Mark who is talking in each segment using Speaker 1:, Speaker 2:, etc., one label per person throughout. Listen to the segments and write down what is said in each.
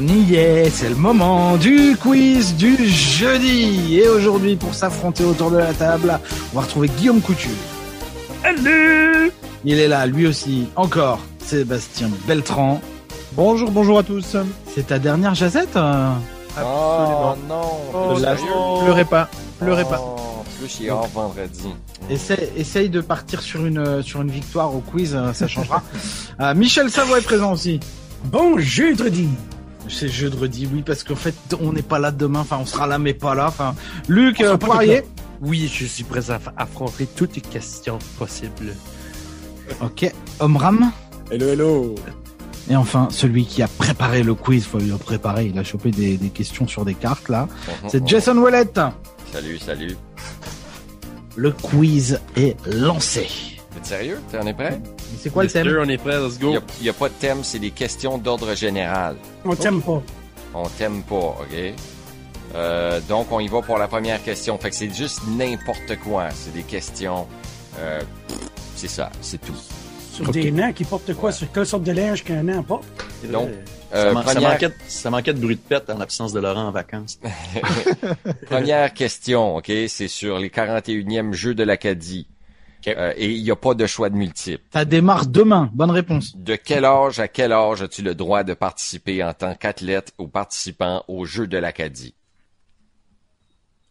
Speaker 1: y est, c'est le moment du quiz du jeudi. Et aujourd'hui, pour s'affronter autour de la table, on va retrouver Guillaume Couture.
Speaker 2: Salut
Speaker 1: Il est là, lui aussi. Encore, Sébastien Beltran.
Speaker 3: Bonjour, bonjour à tous.
Speaker 1: C'est ta dernière jazette euh
Speaker 3: Absolument.
Speaker 4: Oh non,
Speaker 3: Oh,
Speaker 4: plus
Speaker 3: là,
Speaker 4: sérieux.
Speaker 3: Pleurez pas, pleurez pas.
Speaker 4: Oh, Plus il est hors vendredi.
Speaker 1: Essaye, essaye de partir sur une, sur une victoire au quiz, euh, ça changera. Euh, Michel Savoie est présent aussi.
Speaker 2: Bon jeudi
Speaker 1: C'est jeudi, oui, parce qu'en fait, on n'est pas là demain. Enfin, on sera là, mais pas là. Enfin, Luc
Speaker 2: On sera
Speaker 1: euh,
Speaker 2: pas
Speaker 1: Poirier.
Speaker 5: Oui, je suis prêt à f- affronter toutes les questions possibles.
Speaker 1: Ok. Omram.
Speaker 6: Hello, hello
Speaker 1: Et enfin, celui qui a préparé le quiz, faut lui a préparé. Il a chopé des, des questions sur des cartes là.
Speaker 4: Oh.
Speaker 1: C'est Jason Wellett.
Speaker 4: Mhm. Salut, salut.
Speaker 1: Le quiz est lancé.
Speaker 4: T'es sérieux? T'en es prêt?
Speaker 1: Mais C'est quoi le
Speaker 5: Yes,
Speaker 1: thème
Speaker 5: sir, on est prêt, let's
Speaker 4: Il
Speaker 5: go.
Speaker 4: n'y a, pas de thème, c'est des questions d'ordre général.
Speaker 2: On t'aime pas.
Speaker 4: On t'aime pas, OK? Euh, donc, on y va pour la première question. Fait que c'est juste n'importe quoi. C'est des questions... euh, pff, c'est ça, c'est tout.
Speaker 2: Sur des nains qui portent quoi? Sur quelle sorte de linge qu'un nain porte?
Speaker 4: Donc,
Speaker 7: ça,
Speaker 4: euh,
Speaker 7: man- ça
Speaker 4: première,
Speaker 7: manquait, de- ça manquait de bruit de pète en l'absence de Laurent en vacances.
Speaker 4: première question, OK? C'est sur les 41e Jeux de l'Acadie. Euh, et il n'y a pas de choix de multiples.
Speaker 1: Ça démarre demain. Bonne réponse.
Speaker 4: De quel âge à quel âge as-tu le droit de participer en tant qu'athlète ou participant aux Jeux de l'Acadie?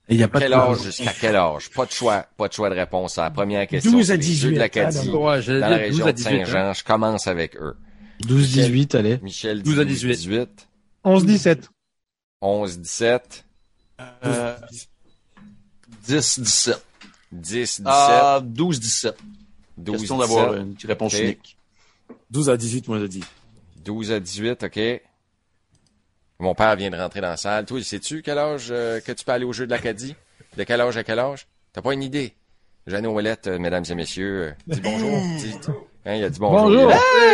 Speaker 1: Il y a pas
Speaker 4: Quel
Speaker 1: de
Speaker 4: âge jusqu'à quel âge? Pas de choix, pas de choix de réponse à la première question.
Speaker 2: 12 à
Speaker 4: sur les
Speaker 2: 18,
Speaker 4: Jeux
Speaker 1: hein,
Speaker 4: de
Speaker 2: ah,
Speaker 4: l'Acadie
Speaker 2: non.
Speaker 5: Ouais, j'allais
Speaker 4: dans la
Speaker 5: dire 12
Speaker 4: région
Speaker 5: à
Speaker 4: de
Speaker 5: 18 ans.
Speaker 7: hein.
Speaker 4: Saint-Jean. Je commence avec eux.
Speaker 1: 12 18 allez.
Speaker 4: Michel,
Speaker 5: 12 à
Speaker 4: 12,
Speaker 5: 18.
Speaker 4: 18,
Speaker 3: 11-17.
Speaker 4: 11, 17,
Speaker 7: Euh, 10-17.
Speaker 4: 10, 17,
Speaker 7: Ah, 12-17.
Speaker 4: 12,
Speaker 7: Question d'avoir
Speaker 4: 17,
Speaker 7: une petite réponse
Speaker 4: Ok.
Speaker 7: unique.
Speaker 6: 12 à 18, moi, je dis.
Speaker 4: 12 à 18, OK. Mon père vient de rentrer dans la salle. Toi, sais-tu quel âge euh, que tu peux aller au Jeux de l'Acadie? De quel age à quel âge? T'as pas une idée? Jeanne Ouellette, euh, mesdames et messieurs, euh, dis bonjour. Dis- hein, il a dit bonjour.
Speaker 1: Bonjour.
Speaker 4: Il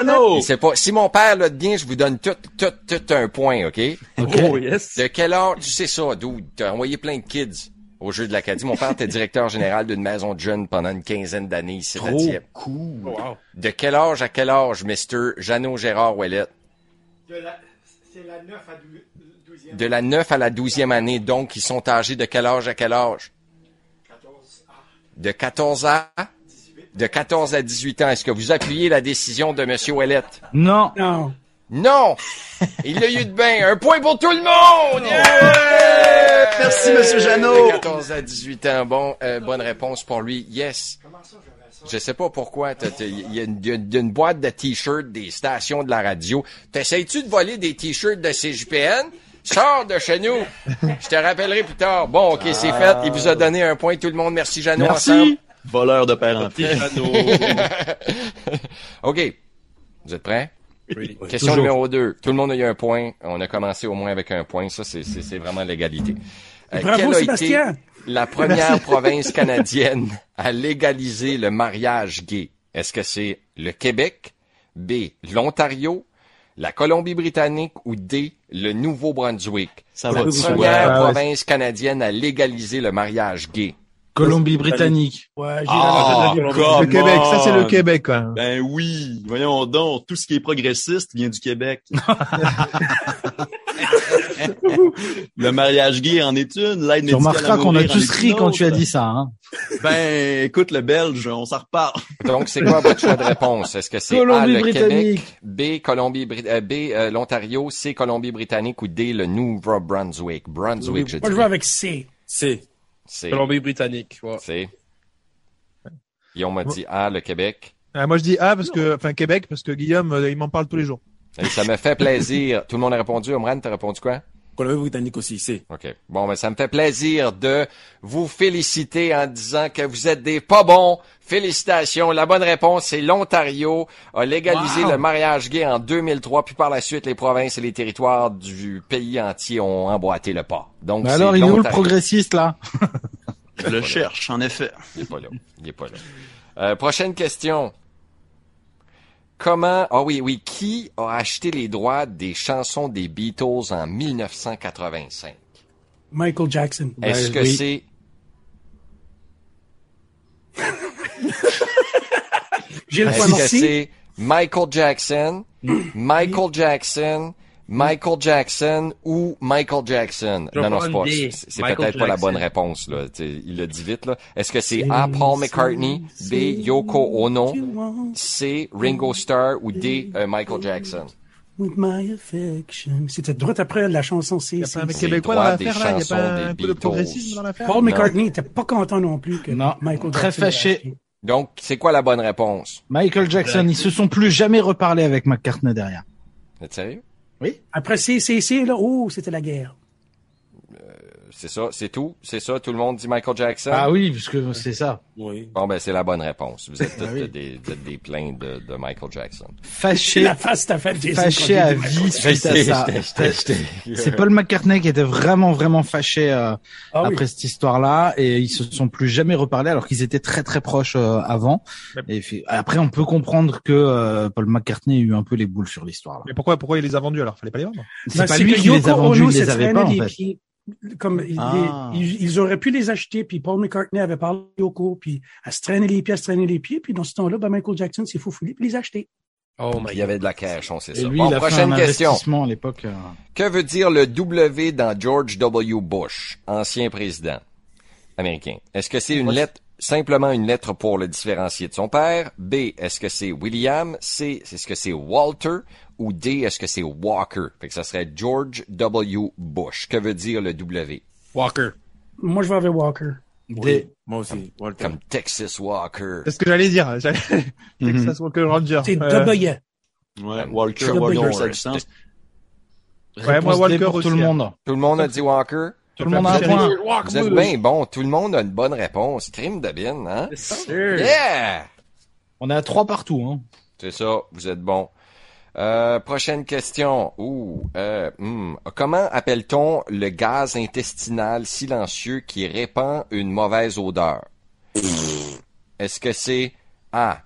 Speaker 4: est là.
Speaker 7: on
Speaker 4: Il sait pas. Si mon père l'a bien, je vous donne tout, tout, tout un point, OK?
Speaker 1: Ok.
Speaker 5: Oh, yes.
Speaker 4: De quel âge? Tu sais ça, dude. T'as envoyé plein de kids au Jeux de l'Acadie. Mon père était directeur général d'une maison de jeunes pendant une quinzaine d'années ici à Dieppe.
Speaker 5: Wow.
Speaker 4: De quel âge à quel âge, Mr. Jeannot Gérard Ouellette? De la 9 à la 12e année, donc, ils sont âgés de quel âge à quel âge? De 14 à? De 14 à 18 ans. Est-ce que vous appuyez la décision de Monsieur Ouellette?
Speaker 1: Non.
Speaker 2: Non.
Speaker 4: Non! Il l'a eu de bain. Un point pour tout le monde! Yeah!
Speaker 7: Merci, Monsieur Jeannot.
Speaker 4: De 14 à 18 ans. Bon, euh, bonne réponse pour lui. Yes. Je sais pas pourquoi. t'as- t'as- Il y a une, il y a une- une boîte de t-shirts des stations de la radio. T'essayes-tu de voler des t-shirts de CJPN? Sors de chez nous. Je te rappellerai plus tard. Bon, ok, c'est
Speaker 7: Ah.
Speaker 4: fait. Il vous a donné un point tout le monde. Merci, Jeannot. Ensemble.
Speaker 1: Merci.
Speaker 7: Voleur de père en fils.
Speaker 4: Ok. Vous êtes prêts?
Speaker 5: Ready.
Speaker 4: Question numéro 2. Tout le monde a eu un point. On a commencé au moins avec un point. Ça, c'est- c'est c'est vraiment l'égalité. Euh, quelle
Speaker 2: Bravo,
Speaker 4: a
Speaker 2: Sébastien!
Speaker 4: été la première province canadienne à légaliser le mariage gay? Est-ce que c'est le Québec, B, l'Ontario, la Colombie-Britannique ou D, le Nouveau-Brunswick?
Speaker 7: Ça
Speaker 4: La
Speaker 7: va de soi.
Speaker 1: Ouais,
Speaker 4: première
Speaker 1: ouais.
Speaker 4: province canadienne à légaliser le mariage gay.
Speaker 1: Colombie-Britannique.
Speaker 2: Ouais, j'ai
Speaker 7: Ah,
Speaker 3: Le
Speaker 7: come
Speaker 3: Québec, ça c'est le
Speaker 7: on.
Speaker 3: Québec. Quoi.
Speaker 7: Ben oui, voyons donc, tout ce qui est progressiste vient du Québec. le mariage gay en est une, l'aide
Speaker 1: Tu
Speaker 7: médicale
Speaker 1: remarqueras
Speaker 7: à
Speaker 1: qu'on a
Speaker 7: mourir en
Speaker 1: tous
Speaker 7: est
Speaker 1: ri
Speaker 7: une
Speaker 1: quand tu as
Speaker 7: autre.
Speaker 1: dit ça. Hein.
Speaker 7: Ben écoute le Belge, on s'en reparle.
Speaker 4: Donc, c'est quoi votre choix de réponse? Est-ce que c'est A, le Québec,
Speaker 1: Colombie-Britannique.
Speaker 4: B, Colombie, Bri- euh, B, euh, l'Ontario, C, Colombie-Britannique ou D, le Nouveau-Brunswick? Brunswick, je
Speaker 2: Moi, je vais
Speaker 4: dis.
Speaker 2: avec C.
Speaker 6: C'est.
Speaker 4: C'est,
Speaker 5: Colombie-Britannique. ouais.
Speaker 4: c'est. Guillaume m'a dit A, le Québec.
Speaker 3: Ah, moi je dis ah parce que, enfin Québec parce que Guillaume euh, il m'en parle tous les jours.
Speaker 4: Et ça me fait plaisir. Tout le monde a répondu. Omran, t'as répondu quoi?
Speaker 6: Colombie-Britannique aussi, c'est.
Speaker 4: OK. Bon, ben, ça me fait plaisir de vous féliciter en disant que vous êtes des pas bons. Félicitations. La bonne réponse, c'est l'Ontario a légalisé le mariage gay en 2003, puis par la suite, les provinces et les territoires du pays entier ont emboîté le pas. Donc,
Speaker 1: Mais
Speaker 4: c'est
Speaker 1: alors, il est où le
Speaker 4: l'Ontario.
Speaker 1: progressiste là
Speaker 7: Je le cherche, en effet.
Speaker 4: Il est pas là. Il est pas là. Euh, prochaine question. Comment... Ah oui, oui. Qui a acheté les droits des chansons des Beatles en 1985?
Speaker 2: Michael Jackson.
Speaker 4: Est-ce
Speaker 1: Ben,
Speaker 4: que
Speaker 1: oui.
Speaker 4: c'est...
Speaker 2: Gilles
Speaker 4: Est-ce que
Speaker 2: Poincaré.
Speaker 1: Ben
Speaker 4: c'est Michael Jackson, Michael Jackson, Michael Jackson ou Michael Jackson?
Speaker 8: Je vais
Speaker 4: non, non,
Speaker 8: prendre
Speaker 4: c'est pas,
Speaker 8: D,
Speaker 4: c'est- c'est
Speaker 8: Michael
Speaker 4: peut-être pas la
Speaker 8: Jackson.
Speaker 4: bonne réponse, là. Tu sais, il le dit vite, là. Est-ce que c'est A, Paul McCartney, B, Yoko Ono, C, Ringo Starr ou D, euh, Michael Jackson?
Speaker 2: With my affection. C'était droit après la chanson
Speaker 3: Il
Speaker 2: C.
Speaker 3: n'y a
Speaker 2: C,
Speaker 3: pas un
Speaker 2: C.
Speaker 3: Québécois dans
Speaker 4: droit des
Speaker 3: l'affaire, là. Il n'y a
Speaker 4: chansons
Speaker 3: pas un
Speaker 4: des
Speaker 3: peu de
Speaker 4: Beatles.
Speaker 3: progressisme dans l'affaire.
Speaker 2: Paul
Speaker 4: Non.
Speaker 2: McCartney était pas content non plus que
Speaker 1: Non.
Speaker 2: Michael
Speaker 1: Très
Speaker 2: Jackson l'a
Speaker 1: fâché.
Speaker 2: acheté.
Speaker 4: Donc, c'est quoi la bonne réponse?
Speaker 1: Michael Jackson, ils se sont plus jamais reparlés avec McCartney derrière.
Speaker 4: Êtes sérieux?
Speaker 2: Après C, C, C, là, oh, c'était la guerre.
Speaker 4: C'est ça? C'est tout? C'est ça? Tout le monde dit Michael Jackson?
Speaker 1: Ah oui, parce que c'est ça.
Speaker 6: Oui.
Speaker 4: Bon, ben, c'est la bonne réponse. Vous êtes tous
Speaker 1: Ah oui.
Speaker 4: des, vous êtes des plaintes de, de Michael Jackson.
Speaker 1: Fâché,
Speaker 2: La face t'a fait des
Speaker 1: fâché à vie suite à ça. C'est Paul McCartney qui était vraiment, vraiment fâché euh,
Speaker 2: Ah oui.
Speaker 1: après cette histoire-là, et ils se sont plus jamais reparlés alors qu'ils étaient très, très proches euh, avant. Et fi- après, on peut comprendre que euh, Paul McCartney a eu un peu les boules sur l'histoire. là.
Speaker 3: Mais pourquoi, pourquoi il les a vendus alors? Fallait pas les vendre.
Speaker 1: C'est
Speaker 2: Ben,
Speaker 1: pas lui
Speaker 2: que
Speaker 1: qui les a
Speaker 2: Yoko
Speaker 1: vendus,
Speaker 2: Ono
Speaker 1: il
Speaker 2: s'est
Speaker 1: les avait
Speaker 2: traîné
Speaker 1: pas en
Speaker 2: les
Speaker 1: fait.
Speaker 2: pieds. Comme il-
Speaker 1: Ah.
Speaker 2: les- ils, ils auraient pu les acheter, puis Paul McCartney avait parlé à Yoko, puis à se traîner les pieds, à se traîner les pieds, puis dans ce temps-là, ben Michael Jackson s'est foufouillé, puis les a achetés.
Speaker 8: Oh
Speaker 4: Il
Speaker 8: my
Speaker 4: y
Speaker 8: god.
Speaker 4: avait de la cash, on sait
Speaker 1: Et
Speaker 4: ça.
Speaker 1: lui,
Speaker 4: bon,
Speaker 1: il a fait
Speaker 4: prochaine
Speaker 1: un
Speaker 4: question.
Speaker 1: investissement à l'époque. euh,
Speaker 4: Que veut dire le W dans George W. Bush, ancien président américain? Est-ce que c'est une lettre, simplement une lettre pour le différencier de son père? B, est-ce que c'est William? C, est-ce que c'est Walter? Ou D, est-ce que c'est Walker? Fait que ça serait George W. Bush. Que veut dire le W?
Speaker 6: Walker.
Speaker 2: Moi, je vais avec Walker.
Speaker 1: des-
Speaker 6: Moi aussi, Walter.
Speaker 4: Comme Texas Walker.
Speaker 3: C'est ce que j'allais dire. J'allais-
Speaker 4: Mhm.
Speaker 3: Texas Walker Ranger.
Speaker 2: C'est
Speaker 3: Euh,
Speaker 2: W.
Speaker 7: Ouais,
Speaker 4: Comme
Speaker 7: Walker,
Speaker 4: Chuck
Speaker 7: Walker,
Speaker 4: Norris.
Speaker 7: ça a du sens.
Speaker 3: Ouais, moi,
Speaker 1: réponse D
Speaker 3: Walker
Speaker 1: pour
Speaker 3: aussi. hein.
Speaker 1: tout le monde.
Speaker 4: Tout le monde a dit Walker?
Speaker 1: Tout le monde a un point.
Speaker 4: Vous êtes bien bon. Tout le monde a une bonne réponse. Crime de bin, hein? Yeah!
Speaker 1: On est à trois partout. Hein.
Speaker 4: C'est ça, vous êtes bon. Euh, prochaine question. Ouh, euh, hmm. Comment appelle-t-on le gaz intestinal silencieux qui répand une mauvaise odeur? Est-ce que c'est A,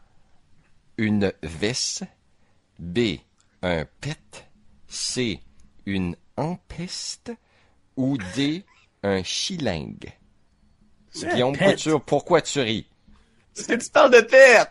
Speaker 4: une vis, B, un pet, C, une empeste ou D, un chilingue? Guillaume
Speaker 2: pet.
Speaker 4: Couture, pourquoi tu ris?
Speaker 7: Tu parles de tête!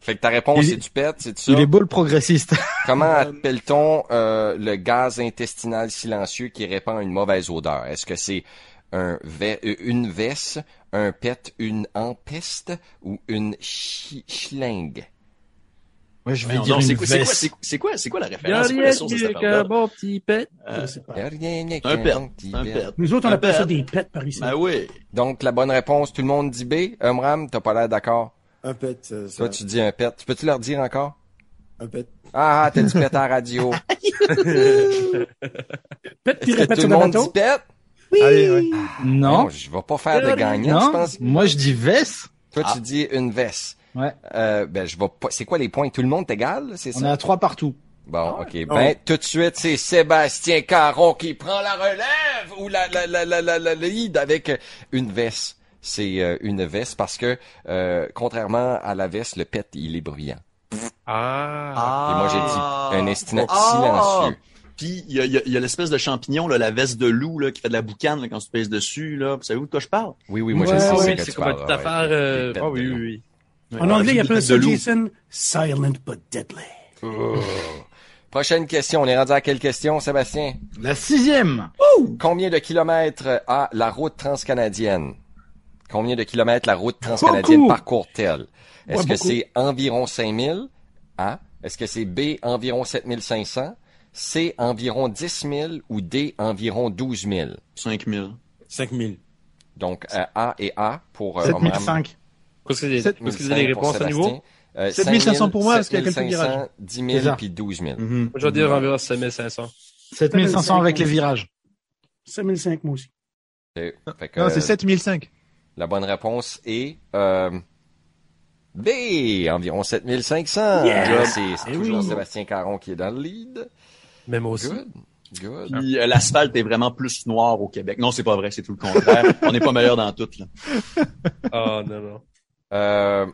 Speaker 4: Fait que ta réponse,
Speaker 1: Il-
Speaker 4: c'est du pet, c'est ça?
Speaker 1: Il est beau le progressiste.
Speaker 4: Comment appelle-t-on euh, le gaz intestinal silencieux qui répand une mauvaise odeur? Est-ce que c'est un ve- euh, une veste, un pet, une empeste ou une chi- schlingue?
Speaker 1: Ouais, je vais
Speaker 7: Non,
Speaker 1: dire
Speaker 7: non,
Speaker 1: une
Speaker 7: c'est quoi, c'est quoi,
Speaker 1: veste.
Speaker 7: c'est quoi, c'est quoi, c'est quoi la
Speaker 5: Y a
Speaker 7: référence? C'est quoi
Speaker 5: rien
Speaker 7: la source de cette
Speaker 5: qu'un
Speaker 7: affaire-là?
Speaker 5: bon petit pet.
Speaker 1: euh,
Speaker 2: Je sais pas.
Speaker 4: Y a rien
Speaker 7: Un
Speaker 4: qu'un
Speaker 7: pet,
Speaker 4: bon petit
Speaker 7: un
Speaker 4: pet.
Speaker 7: pet.
Speaker 2: Nous autres, on
Speaker 7: Un
Speaker 2: appelle ça
Speaker 7: pet.
Speaker 2: des pets par ici.
Speaker 7: Ben oui.
Speaker 4: Donc, la bonne réponse, tout le monde dit B. Umram, t'as pas l'air d'accord.
Speaker 6: Un pet. euh, ça-
Speaker 4: Toi, tu dis un pet. Tu Peux-tu leur dire encore?
Speaker 6: Un pet.
Speaker 4: Ah, ah, t'as dit pet à la radio.
Speaker 2: Pet, puis
Speaker 4: Est-ce que
Speaker 2: répète
Speaker 4: tout
Speaker 2: sur
Speaker 4: le
Speaker 2: le
Speaker 4: monde dit
Speaker 2: bateau.
Speaker 4: pet?
Speaker 3: Allez, ouais.
Speaker 1: Non,
Speaker 4: Je vais pas faire de gagnant, je
Speaker 1: non.
Speaker 4: pense.
Speaker 1: Moi, je dis veste.
Speaker 4: Toi,
Speaker 5: Ah.
Speaker 4: tu dis une veste.
Speaker 1: Ouais.
Speaker 4: Euh, ben, je vais pas... C'est quoi les points? Tout le monde t'égale, là, c'est
Speaker 1: On
Speaker 4: ça?
Speaker 1: est à trois partout.
Speaker 4: Bon, ok. Ben, tout de suite, c'est Sébastien Caron qui prend la relève ou la, la, la, la, la, la- le lead avec une veste. C'est euh, une veste parce que, euh, contrairement à la veste, le pet, il est bruyant.
Speaker 5: Ah.
Speaker 4: Et moi, j'ai dit un estinat
Speaker 7: Ah.
Speaker 4: silencieux.
Speaker 7: Puis il y a, il y a- il y a l'espèce de champignon, là, la veste de loup là, qui fait de la boucane là, quand tu pèses dessus. Là. Vous savez de quoi je parle?
Speaker 4: Oui, oui, moi, je
Speaker 5: Ouais,
Speaker 4: sais
Speaker 5: ouais,
Speaker 4: c'est que
Speaker 5: Ah, c'est
Speaker 4: tu
Speaker 5: comme
Speaker 4: parles.
Speaker 5: une petite affaire,
Speaker 4: ouais,
Speaker 5: euh,
Speaker 4: des têtes
Speaker 5: ah oui,
Speaker 4: de
Speaker 5: oui,
Speaker 4: loup.
Speaker 5: oui.
Speaker 2: En anglais, il appelle
Speaker 7: têtes de
Speaker 2: ça
Speaker 7: loup.
Speaker 2: Jason Silent but Deadly.
Speaker 4: Prochaine question. On est rendu à quelle question, Sébastien?
Speaker 1: La sixième.
Speaker 4: Combien de kilomètres a la route transcanadienne? Combien de kilomètres la route transcanadienne
Speaker 2: Beaucoup.
Speaker 4: parcourt-elle? Est-ce
Speaker 2: Ouais,
Speaker 4: que
Speaker 2: beaucoup.
Speaker 4: c'est environ 5000 A? Est-ce que c'est B, environ 7500? C, environ 10 000 ou D, environ 12 000?
Speaker 7: 5000.
Speaker 6: 5000.
Speaker 4: Donc, euh, A et A pour... euh, Omram.
Speaker 1: 7005.
Speaker 5: Parce que c'est
Speaker 3: Sept-
Speaker 5: parce que c'est des
Speaker 4: 7500 pour
Speaker 5: réponses à niveau. Moi,
Speaker 4: Sébastien. Euh,
Speaker 3: 7500 pour moi,
Speaker 4: 5000,
Speaker 3: parce qu'il y a quelques
Speaker 4: 7500,
Speaker 3: virages.
Speaker 4: 10 000
Speaker 1: Déjà.
Speaker 4: puis 12 000.
Speaker 5: Je vais dire environ 7500.
Speaker 1: 7500 avec les virages.
Speaker 2: 5005, moi aussi.
Speaker 4: C'est- fait que,
Speaker 3: Non,
Speaker 4: euh,
Speaker 3: c'est 7005.
Speaker 4: La bonne réponse est euh, B, environ 7500.
Speaker 2: Yeah!
Speaker 4: Là, c'est c'est
Speaker 5: Eh
Speaker 4: toujours
Speaker 5: oui.
Speaker 4: Sébastien Caron qui est dans le lead.
Speaker 5: Même aussi.
Speaker 4: Good, good.
Speaker 7: Puis euh, l'asphalte est vraiment plus noir au Québec. Non, c'est pas vrai, c'est tout le contraire. On n'est pas meilleur dans tout. Là.
Speaker 5: Ah, non, non.
Speaker 4: Euh,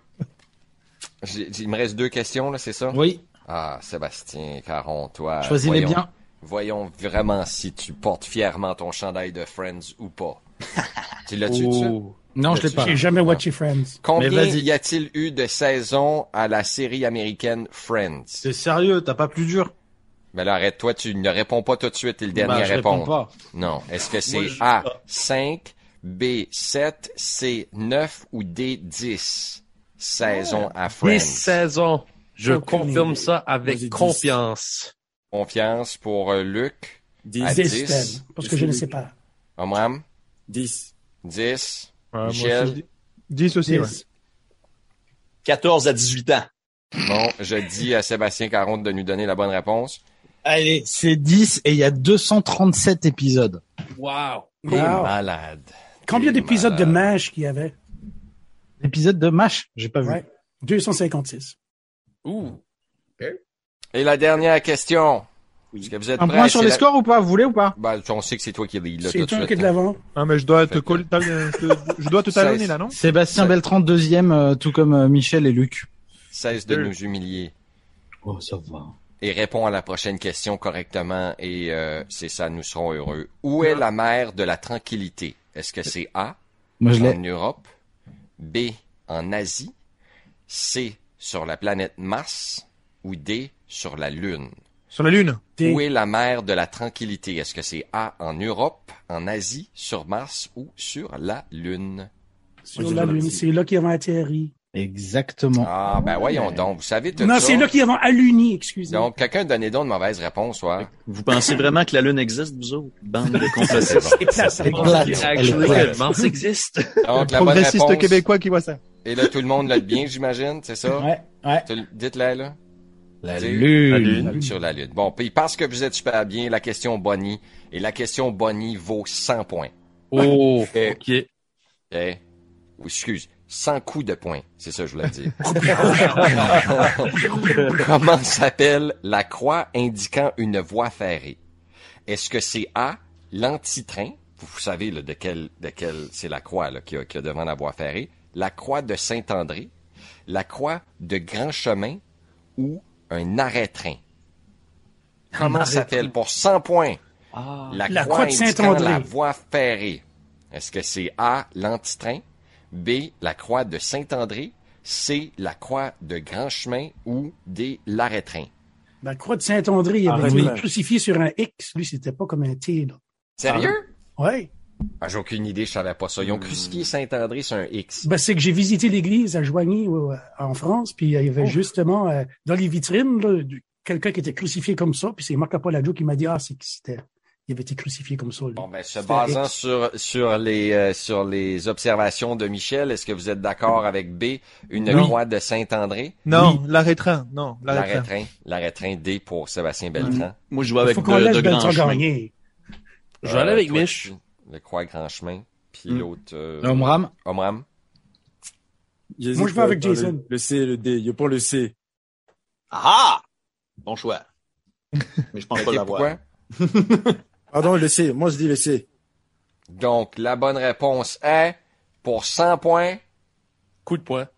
Speaker 4: j'ai- j'ai- il me reste deux questions, là, c'est ça?
Speaker 1: Oui,
Speaker 4: Ah, Sébastien Caron, toi.
Speaker 1: choisis-les
Speaker 4: voyons-
Speaker 1: bien.
Speaker 4: Voyons vraiment si tu portes fièrement ton chandail de Friends ou pas. Tu l'as-tu de ça?
Speaker 1: Non, je l'ai pas.
Speaker 2: J'ai jamais watché Friends.
Speaker 4: Combien
Speaker 1: Mais vas-y.
Speaker 4: y a-t-il eu de saisons à la série américaine Friends?
Speaker 1: C'est sérieux, t'as pas plus dur.
Speaker 4: Mais là, arrête-toi, tu ne réponds pas tout de suite et le
Speaker 1: Bah,
Speaker 4: dernier
Speaker 1: je
Speaker 4: répond.
Speaker 1: réponds pas.
Speaker 4: Non. Est-ce que c'est
Speaker 5: Moi, je-
Speaker 4: A, 5, B, 7, C, 9 ou D, 10 saisons à
Speaker 5: 10
Speaker 4: Friends?
Speaker 5: saisons. Je
Speaker 2: Aucune
Speaker 5: confirme
Speaker 2: idée.
Speaker 5: ça
Speaker 6: Vas-y, dix.
Speaker 5: avec confiance.
Speaker 4: Confiance pour euh, Luc,
Speaker 6: Dix.
Speaker 4: À
Speaker 2: Des
Speaker 4: dix.
Speaker 2: systèmes, parce que je ne sais pas.
Speaker 4: Omram,
Speaker 6: Dix.
Speaker 4: 10.
Speaker 3: Ouais, moi
Speaker 4: Michel.
Speaker 3: aussi, je dis- 10 aussi, ouais.
Speaker 7: 14 à 18 ans.
Speaker 4: Bon, je dis à Sébastien Caronte de nous donner la bonne réponse.
Speaker 1: Allez, c'est 10 et il y a 237 épisodes.
Speaker 5: Wow.
Speaker 4: T'es
Speaker 2: Wow.
Speaker 4: malade.
Speaker 2: Combien
Speaker 4: T'es
Speaker 2: d'épisodes de
Speaker 4: malade.
Speaker 2: MASH qu'il y avait?
Speaker 1: L'épisode de MASH, j'ai pas vu.
Speaker 2: Ouais. 256.
Speaker 5: Ouh.
Speaker 4: Et la dernière question. Est-ce que vous êtes
Speaker 1: Un
Speaker 4: prêts?
Speaker 1: point sur
Speaker 4: C'est
Speaker 1: les
Speaker 4: la-
Speaker 1: scores ou pas Vous voulez ou pas
Speaker 4: Ben, on sait que c'est toi qui lead, là, tout
Speaker 2: C'est
Speaker 4: de
Speaker 2: toi
Speaker 4: suite.
Speaker 2: qui est de l'avant.
Speaker 3: Ah, mais je dois te
Speaker 4: Fait que-
Speaker 3: coller- ta- euh, te- je dois te talonner, là, non?
Speaker 1: Sébastien
Speaker 4: Ça-
Speaker 1: Beltran deuxième, euh, tout comme euh, Michel et Luc.
Speaker 4: Cesse de
Speaker 3: Deux.
Speaker 4: nous humilier
Speaker 1: Oh, ça va.
Speaker 4: et réponds à la prochaine question correctement et euh, c'est ça, nous serons heureux. Où est la mer de la tranquillité? Est-ce que c'est A,
Speaker 1: Moi, je l'ai.
Speaker 4: en Europe, B, en Asie, C, sur la planète Mars ou D, sur la Lune?
Speaker 3: Sur la Lune.
Speaker 2: Des-
Speaker 4: Où est la mer de la tranquillité? Est-ce que c'est A, en Europe, en Asie, sur Mars ou sur la Lune?
Speaker 2: Sur la Lune. C'est là qu'ils vont atterri.
Speaker 1: Exactement.
Speaker 4: Ah, ben voyons donc, vous savez tout
Speaker 2: Non,
Speaker 4: ça.
Speaker 2: c'est là qu'ils vont alluni, excusez.
Speaker 4: Donc, quelqu'un donnez donc de mauvaises réponses, ouais.
Speaker 7: Vous pensez vraiment que la Lune existe, vous autres? Bande de comploteurs.
Speaker 4: C'est bon.
Speaker 2: Ça, ça
Speaker 1: C'est
Speaker 2: va.
Speaker 1: plate.
Speaker 5: Actually,
Speaker 1: Elle est
Speaker 5: elle pense existe.
Speaker 4: Donc, la bonne
Speaker 3: Progressiste
Speaker 4: réponse.
Speaker 3: québécois qui voit ça.
Speaker 4: Et là, tout le monde l'a bien, j'imagine, c'est ça?
Speaker 1: Ouais, ouais.
Speaker 4: Tu le- Dites-la, là.
Speaker 1: La
Speaker 4: Dis-
Speaker 1: lune.
Speaker 4: La lune Sur la lune. Bon, puis parce que vous êtes super bien, la question Bonnie, et la question Bonnie vaut 100 points.
Speaker 5: Oh. Ok.
Speaker 4: Eh? Ou, Excuse, 100 coups de points. C'est ça que je voulais dire. Comment s'appelle la croix indiquant une voie ferrée? Est-ce que c'est A, l'antitrain? Vous savez là, de quelle de quel, c'est la croix là, qu'il y, a- qu'il y a devant la voie ferrée. La croix de Saint-André, la croix de Grand Chemin ou un arrêt-train? Comment s'appelle pour 100 points la,
Speaker 2: La
Speaker 4: croix,
Speaker 2: croix de
Speaker 4: indiquant
Speaker 2: Saint-André.
Speaker 4: la voie ferrée? Est-ce que c'est A, l'antitrain? B, la croix de Saint-André? C, la croix de Grand Chemin ou D, l'arrêt-train?
Speaker 2: La croix de Saint-André, il avait
Speaker 1: Ah,
Speaker 2: été
Speaker 1: oui.
Speaker 2: crucifié sur un X. Lui, c'était pas comme un T, là.
Speaker 4: Sérieux?
Speaker 2: Ouais.
Speaker 4: Ah, J'ai aucune idée, je savais pas ça. Ils
Speaker 5: Hmm.
Speaker 4: ont crucifié Saint-André sur un X.
Speaker 2: Ben, c'est que j'ai visité l'église à Joigny, au- euh, en France, puis il y avait justement, euh, dans les vitrines, là, du- quelqu'un qui était crucifié comme ça, puis c'est Marc Apolagio qui m'a dit, ah, c'est que c'était, il avait été crucifié comme ça, lui.
Speaker 4: Bon, ben, se
Speaker 2: C'était
Speaker 4: basant
Speaker 2: X.
Speaker 4: sur, sur, les, euh, sur les observations de Michel, est-ce que vous êtes d'accord avec B, une
Speaker 1: Non.
Speaker 4: croix de Saint-André?
Speaker 3: Non, l'arrêt-train. Non, l'arrêt-train.
Speaker 4: L'arrêt-train. L'arrêt-train D pour Sébastien Beltran.
Speaker 7: Moi, je vois avec
Speaker 2: Faut qu'on
Speaker 7: de,
Speaker 2: laisse
Speaker 7: de grands
Speaker 2: Beltran
Speaker 7: chemins.
Speaker 2: gagner.
Speaker 5: Je vais aller avec
Speaker 4: Euh, toi,
Speaker 5: Mich.
Speaker 4: tu- Le croix Grand Chemin, puis
Speaker 1: Mm.
Speaker 4: l'autre... euh,
Speaker 1: Omram.
Speaker 4: Omram.
Speaker 6: J'hésite
Speaker 2: Moi, je vais avec
Speaker 6: dans le-
Speaker 2: Jason.
Speaker 6: Le C et le D. Je prends le C.
Speaker 7: Ah! Bon choix. Mais je pense pas
Speaker 4: Ok,
Speaker 7: l'avoir.
Speaker 4: pourquoi?
Speaker 6: Pardon, le C. Moi, je dis le C.
Speaker 4: Donc, la bonne réponse est, pour 100 points,
Speaker 5: Coup de poing.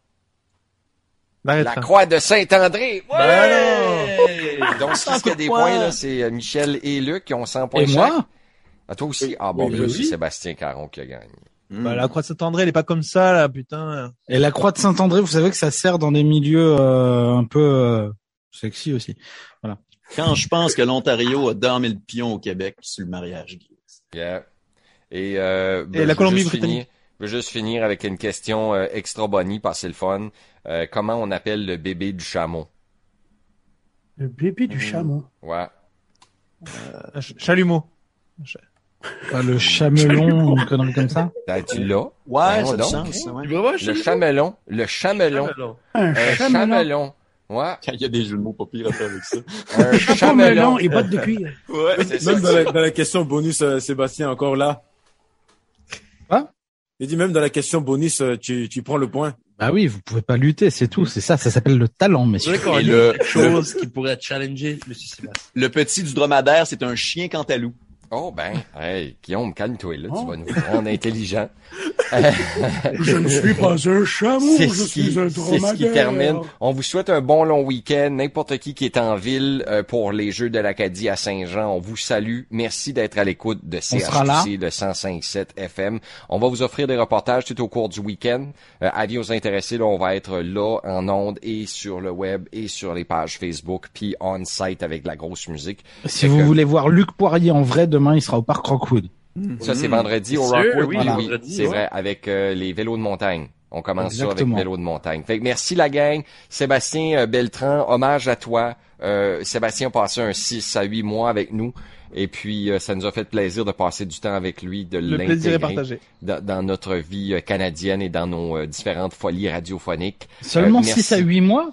Speaker 4: La
Speaker 3: L'arrêt-train.
Speaker 4: croix de Saint-André. Ouais! Donc, ce qui a des points, là, c'est euh, Michel et Luc qui ont 100 points
Speaker 1: Et
Speaker 4: chaque.
Speaker 1: moi
Speaker 4: À toi aussi. Ah bon,
Speaker 6: Oui,
Speaker 4: ben,
Speaker 6: oui.
Speaker 4: c'est Sébastien Caron qui a gagné.
Speaker 7: Hmm.
Speaker 3: Bah, la croix de Saint-André, elle est pas comme ça, là, putain.
Speaker 1: Et la croix de Saint-André, vous savez que ça sert dans des milieux euh, un peu euh, sexy aussi.
Speaker 7: Quand je pense que l'Ontario a dormi le pion au Québec sur le mariage. Guy.
Speaker 4: Yeah. Et, euh, ben, je
Speaker 3: Et la
Speaker 4: veux juste
Speaker 3: Colombie-Britannique.
Speaker 4: finir- Je veux juste finir avec une question euh, extra bonnie, parce que c'est le fun. Euh, comment on appelle le bébé du chameau?
Speaker 2: Le bébé du chameau.
Speaker 4: Ouais.
Speaker 3: Un ch- Chalumeau.
Speaker 1: Pas le chamelon, une connerie comme ça.
Speaker 4: Ben, tu l'as? Ben,
Speaker 7: Ouais, ça a
Speaker 4: donc,
Speaker 7: du sens. ça, ouais.
Speaker 4: Le chamelon. Le chamelon.
Speaker 2: Un
Speaker 4: Un
Speaker 2: chamelon.
Speaker 4: chamelon. Ouais.
Speaker 7: Quand il y a des jeux de mots pas pire à faire avec ça.
Speaker 4: Un
Speaker 2: Chapeau melon
Speaker 4: chamelon.
Speaker 2: et bottes de cuir.
Speaker 7: ouais.
Speaker 4: Ah, C'est ça.
Speaker 6: Même dans la, dans la question bonus, euh, Sébastien, encore là. Hein
Speaker 1: Quoi
Speaker 6: Il dit même dans la question bonus, euh, tu, tu prends le point.
Speaker 1: Bah oui, vous pouvez pas lutter, c'est tout. C'est ça, ça s'appelle le talent,
Speaker 5: C'est
Speaker 1: messieurs.
Speaker 5: vrai qu'on a
Speaker 7: Et le-
Speaker 5: quelque chose qui pourrait challenger Monsieur Sébastien.
Speaker 7: Le petit du dromadaire, c'est un chien cantalou.
Speaker 4: Oh ben, hey, Guillaume, calme-toi là, tu vas nous rendre intelligent. je
Speaker 2: Je ne suis pas un chameau,
Speaker 4: C'est
Speaker 2: je
Speaker 4: ce, qui,
Speaker 2: suis un
Speaker 4: c'est
Speaker 2: dromadaire.
Speaker 4: ce qui termine. On vous souhaite un bon long week-end. N'importe qui qui est en ville euh, pour les Jeux de l'Acadie à Saint-Jean, on vous salue. Merci d'être à l'écoute de
Speaker 1: sera là.
Speaker 4: CHQC, le 105.7 FM. On va vous offrir des reportages tout au cours du week-end. Euh, avis aux intéressés, là, on va être là en ondes et sur le web et sur les pages Facebook, puis on-site avec de la grosse musique.
Speaker 1: Si vous
Speaker 4: que-
Speaker 1: voulez voir Luc Poirier en vrai, demain, il sera au parc Rockwood.
Speaker 4: Ça, c'est
Speaker 7: Mm.
Speaker 4: vendredi au
Speaker 5: Sûr,
Speaker 4: Rockwood.
Speaker 5: oui,
Speaker 4: oui, oui,
Speaker 5: vendredi,
Speaker 4: c'est
Speaker 5: ouais.
Speaker 4: vrai, avec euh, les vélos de montagne. On commence ça avec
Speaker 1: Exactement.
Speaker 4: vélos de montagne. Fait que merci la gang. Sébastien euh, Beltran, hommage à toi. Euh, Sébastien a passé un 6 à 8 mois avec nous. Et puis, euh, ça nous a fait plaisir de passer du temps avec lui, de
Speaker 3: Le plaisir est
Speaker 4: l'intégrer
Speaker 3: partagé.
Speaker 4: dans, dans notre vie euh, canadienne et dans nos euh, différentes folies radiophoniques.
Speaker 1: Seulement
Speaker 4: Euh, merci.
Speaker 1: 6 à 8 mois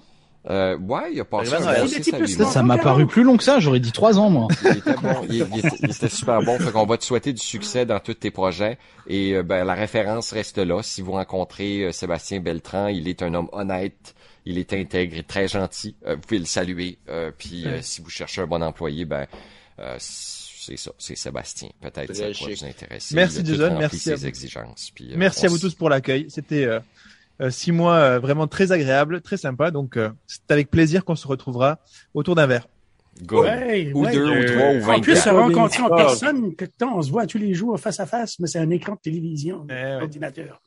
Speaker 4: Euh, ouais, il a passé
Speaker 7: Vraiment,
Speaker 4: un bon
Speaker 7: il
Speaker 4: 6 à 8
Speaker 1: Ça,
Speaker 4: mois.
Speaker 1: ça m'a paru plus long que ça. J'aurais dit 3 ans, moi.
Speaker 4: Il était bon, il, il était, il était super bon. Fait qu'on va te souhaiter du succès dans tous tes projets. Et euh, ben, la référence reste là. Si vous rencontrez euh, Sébastien Beltran, il est un homme honnête, il est intègre et très gentil. Euh, vous pouvez le saluer. Euh, puis euh, si vous cherchez un bon employé, ben euh, c'est ça, c'est Sébastien. Peut-être ça
Speaker 7: Très
Speaker 4: pourrait
Speaker 7: chic.
Speaker 4: vous intéresser.
Speaker 3: Merci,
Speaker 4: Il a tout
Speaker 3: Jason,
Speaker 4: rempli
Speaker 3: merci à
Speaker 4: ses
Speaker 3: vous.
Speaker 4: exigences. Puis, euh,
Speaker 3: Merci
Speaker 4: on
Speaker 3: à vous
Speaker 4: s-
Speaker 3: tous pour l'accueil. C'était euh, euh, six mois euh, vraiment très agréables, très sympa. Donc, euh, c'est avec plaisir qu'on se retrouvera autour d'un verre.
Speaker 4: Good.
Speaker 2: Ouais,
Speaker 4: Ou
Speaker 2: ouais.
Speaker 4: deux ou
Speaker 5: euh,
Speaker 4: trois ou
Speaker 2: En plus, se
Speaker 4: vingt-quatre.
Speaker 2: rencontrer en
Speaker 6: Ah.
Speaker 2: personne, quelque temps, on se voit tous les jours face à face, mais c'est un écran de télévision,
Speaker 3: Eh ouais.
Speaker 2: ordinateur.